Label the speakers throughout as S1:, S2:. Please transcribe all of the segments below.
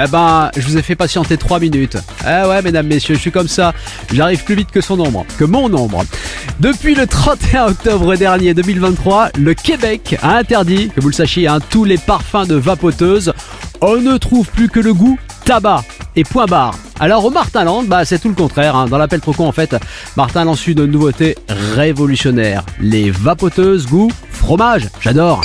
S1: Eh ben, je vous ai fait patienter 3 minutes. Eh ouais, mesdames, messieurs, je suis comme ça. J'arrive plus vite que son nombre, que mon nombre. Depuis le 31 octobre dernier 2023, le Québec a interdit, que vous le sachiez, hein, tous les parfums de vapoteuses. On ne trouve plus que le goût tabac et point barre. Alors au Martin Land, bah, c'est tout le contraire. hein. Dans l'appel trop con, en fait, Martin lance une nouveauté révolutionnaire. Les vapoteuses goût fromage. J'adore.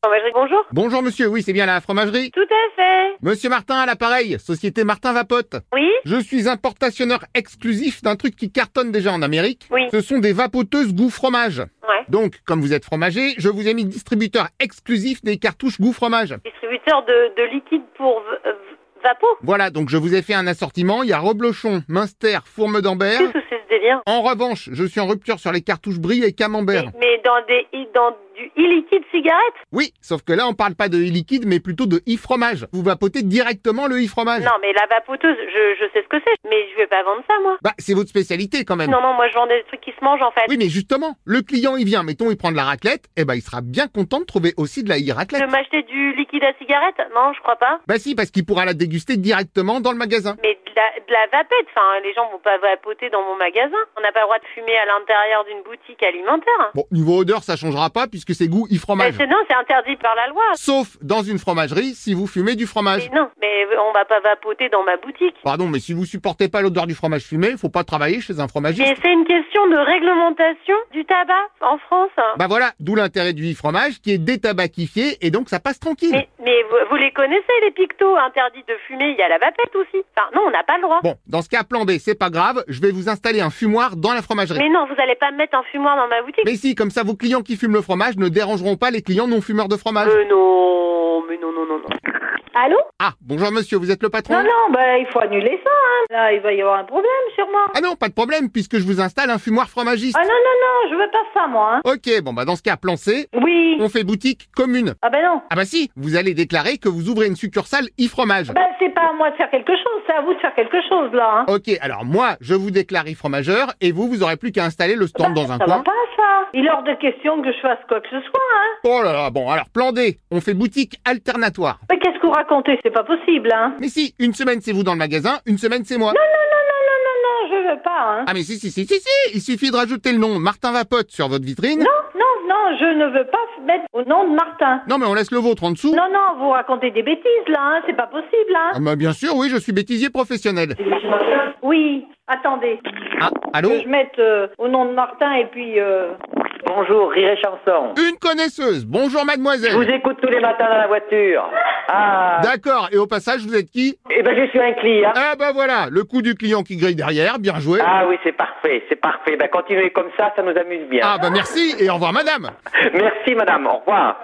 S2: Fromagerie, bonjour.
S3: Bonjour monsieur, oui, c'est bien la fromagerie.
S2: Tout à fait.
S3: Monsieur Martin à l'appareil, société Martin Vapote.
S2: Oui,
S3: Je suis importationnaire exclusif d'un truc qui cartonne déjà en Amérique.
S2: Oui.
S3: Ce sont des vapoteuses goût fromage.
S2: ouais.
S3: Donc, comme vous êtes fromager, je vous ai mis distributeur exclusif des cartouches goût fromage.
S2: Distributeur de, de liquide pour v- euh, v- vapo.
S3: Voilà, donc je vous ai fait un assortiment. Il y a Reblochon, Munster, Fourme d'Ambert.
S2: Qu'est-ce que c'est ce délire
S3: En revanche, je suis en rupture sur les cartouches Brie et
S2: mais,
S3: Camembert.
S2: mais dans des dans du illiquide cigarette
S3: Oui, sauf que là, on parle pas de e-liquide, mais plutôt de e-fromage. Vous vapotez directement le e-fromage.
S2: Non, mais la vapoteuse, je, je sais ce que c'est, mais je vais pas vendre ça, moi.
S3: Bah, c'est votre spécialité quand même.
S2: Non, non, moi je vends des trucs qui se mangent en fait.
S3: Oui, mais justement, le client, il vient, mettons, il prend de la raclette, eh ben, il sera bien content de trouver aussi de la e-raclette.
S2: De m'acheter du liquide à cigarette Non, je crois pas.
S3: Bah si, parce qu'il pourra la déguster directement dans le magasin.
S2: Mais de la, de la vapette, enfin, les gens vont pas vapoter dans mon magasin. On n'a pas le droit de fumer à l'intérieur d'une boutique alimentaire.
S3: Bon, niveau odeur, ça changera pas puisque c'est goût
S2: Mais
S3: e-fromage.
S2: c'est non, c'est interdit par la loi.
S3: Sauf dans une fromagerie si vous fumez du
S2: Mais
S3: fromage.
S2: non, mais on va pas vapoter dans ma boutique.
S3: Pardon, mais si vous supportez pas l'odeur du fromage fumé, faut pas travailler chez un fromagiste.
S2: Mais c'est une question de réglementation du tabac en France.
S3: Bah voilà, d'où l'intérêt du e-fromage qui est détabacifié et donc ça passe tranquille.
S2: Mais, mais vous, vous les connaissez, les pictos interdits de fumer, il y a la vapette aussi. Enfin, non, on n'a pas le droit.
S3: Bon, dans ce cas, plan B, c'est pas grave, je vais vous installer un fumoir dans la fromagerie.
S2: Mais non, vous allez pas mettre un fumoir dans ma boutique.
S3: Mais si, comme ça, vos clients qui fument le fromage ne dérangeront pas les clients non fumeurs de fromage.
S2: Euh, non, mais non, non, non, non.
S4: Allô
S3: Ah, bonjour monsieur, vous êtes le patron
S4: Euh. Non, non, bah, il faut annuler ça. Hein. Là, il va y avoir un problème, sûrement.
S3: Ah non, pas de problème, puisque je vous installe un fumoir fromagiste.
S4: Ah non, non, non, je veux pas ça, moi. Hein.
S3: Ok, bon bah dans ce cas, plan C,
S4: Oui.
S3: on fait boutique commune.
S4: Ah ben non.
S3: Ah bah si, vous allez déclarer que vous ouvrez une succursale e-fromage.
S4: Ben, c'est pas à moi de faire quelque chose, c'est à vous de faire quelque chose, là. Hein.
S3: Ok, alors moi, je vous déclare e-fromageur, et vous, vous aurez plus qu'à installer le stand dans un
S4: Ah bah, Ben, ça va
S3: coin.
S4: pas, ça. Il est hors de question que je fasse quoi que ce soit, hein.
S3: Oh là là, bon, alors plan D, on fait boutique alternatoire.
S4: Mais qu'est-ce que vous racontez C'est pas possible, hein.
S3: Mais si, une semaine c'est vous dans le magasin, une semaine c'est moi.
S4: Non, non, je veux pas, hein.
S3: Ah mais si, si, si, si, si, il suffit de rajouter le nom Martin Vapote sur votre vitrine.
S4: Non, non, non, je ne veux pas mettre au nom de Martin.
S3: Non mais on laisse le vôtre en dessous.
S4: Non, non, vous racontez des bêtises, là, hein. C'est pas possible,
S3: Ah
S4: hein.
S3: bah bien sûr, oui, je suis bêtisier professionnel.
S4: Oui, attendez.
S3: Ah, allô
S4: Que je mette euh, au nom de Martin et puis... euh,
S5: Bonjour, Rire et Chanson.
S3: Une connaisseuse, bonjour
S5: Je vous
S3: mademoiselle.
S5: écoute tous les matins dans la voiture. Ah,
S3: D'accord, et au passage, vous êtes qui
S5: eh ben je suis un client.
S3: Ah bah voilà, le coup du client qui grille derrière, bien joué.
S5: Ah oui, c'est parfait, c'est parfait. Ben continuez comme ça, ça nous amuse bien.
S3: Ah bah merci, et au revoir madame.
S5: Merci madame, au revoir.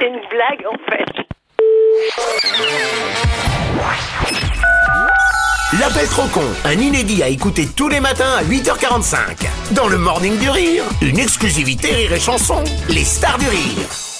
S2: C'est une blague, en fait.
S6: L'appel trop con, un inédit à écouter tous les matins à 8h45. Dans le Morning du Rire, une exclusivité Rire et Chanson, les stars du rire.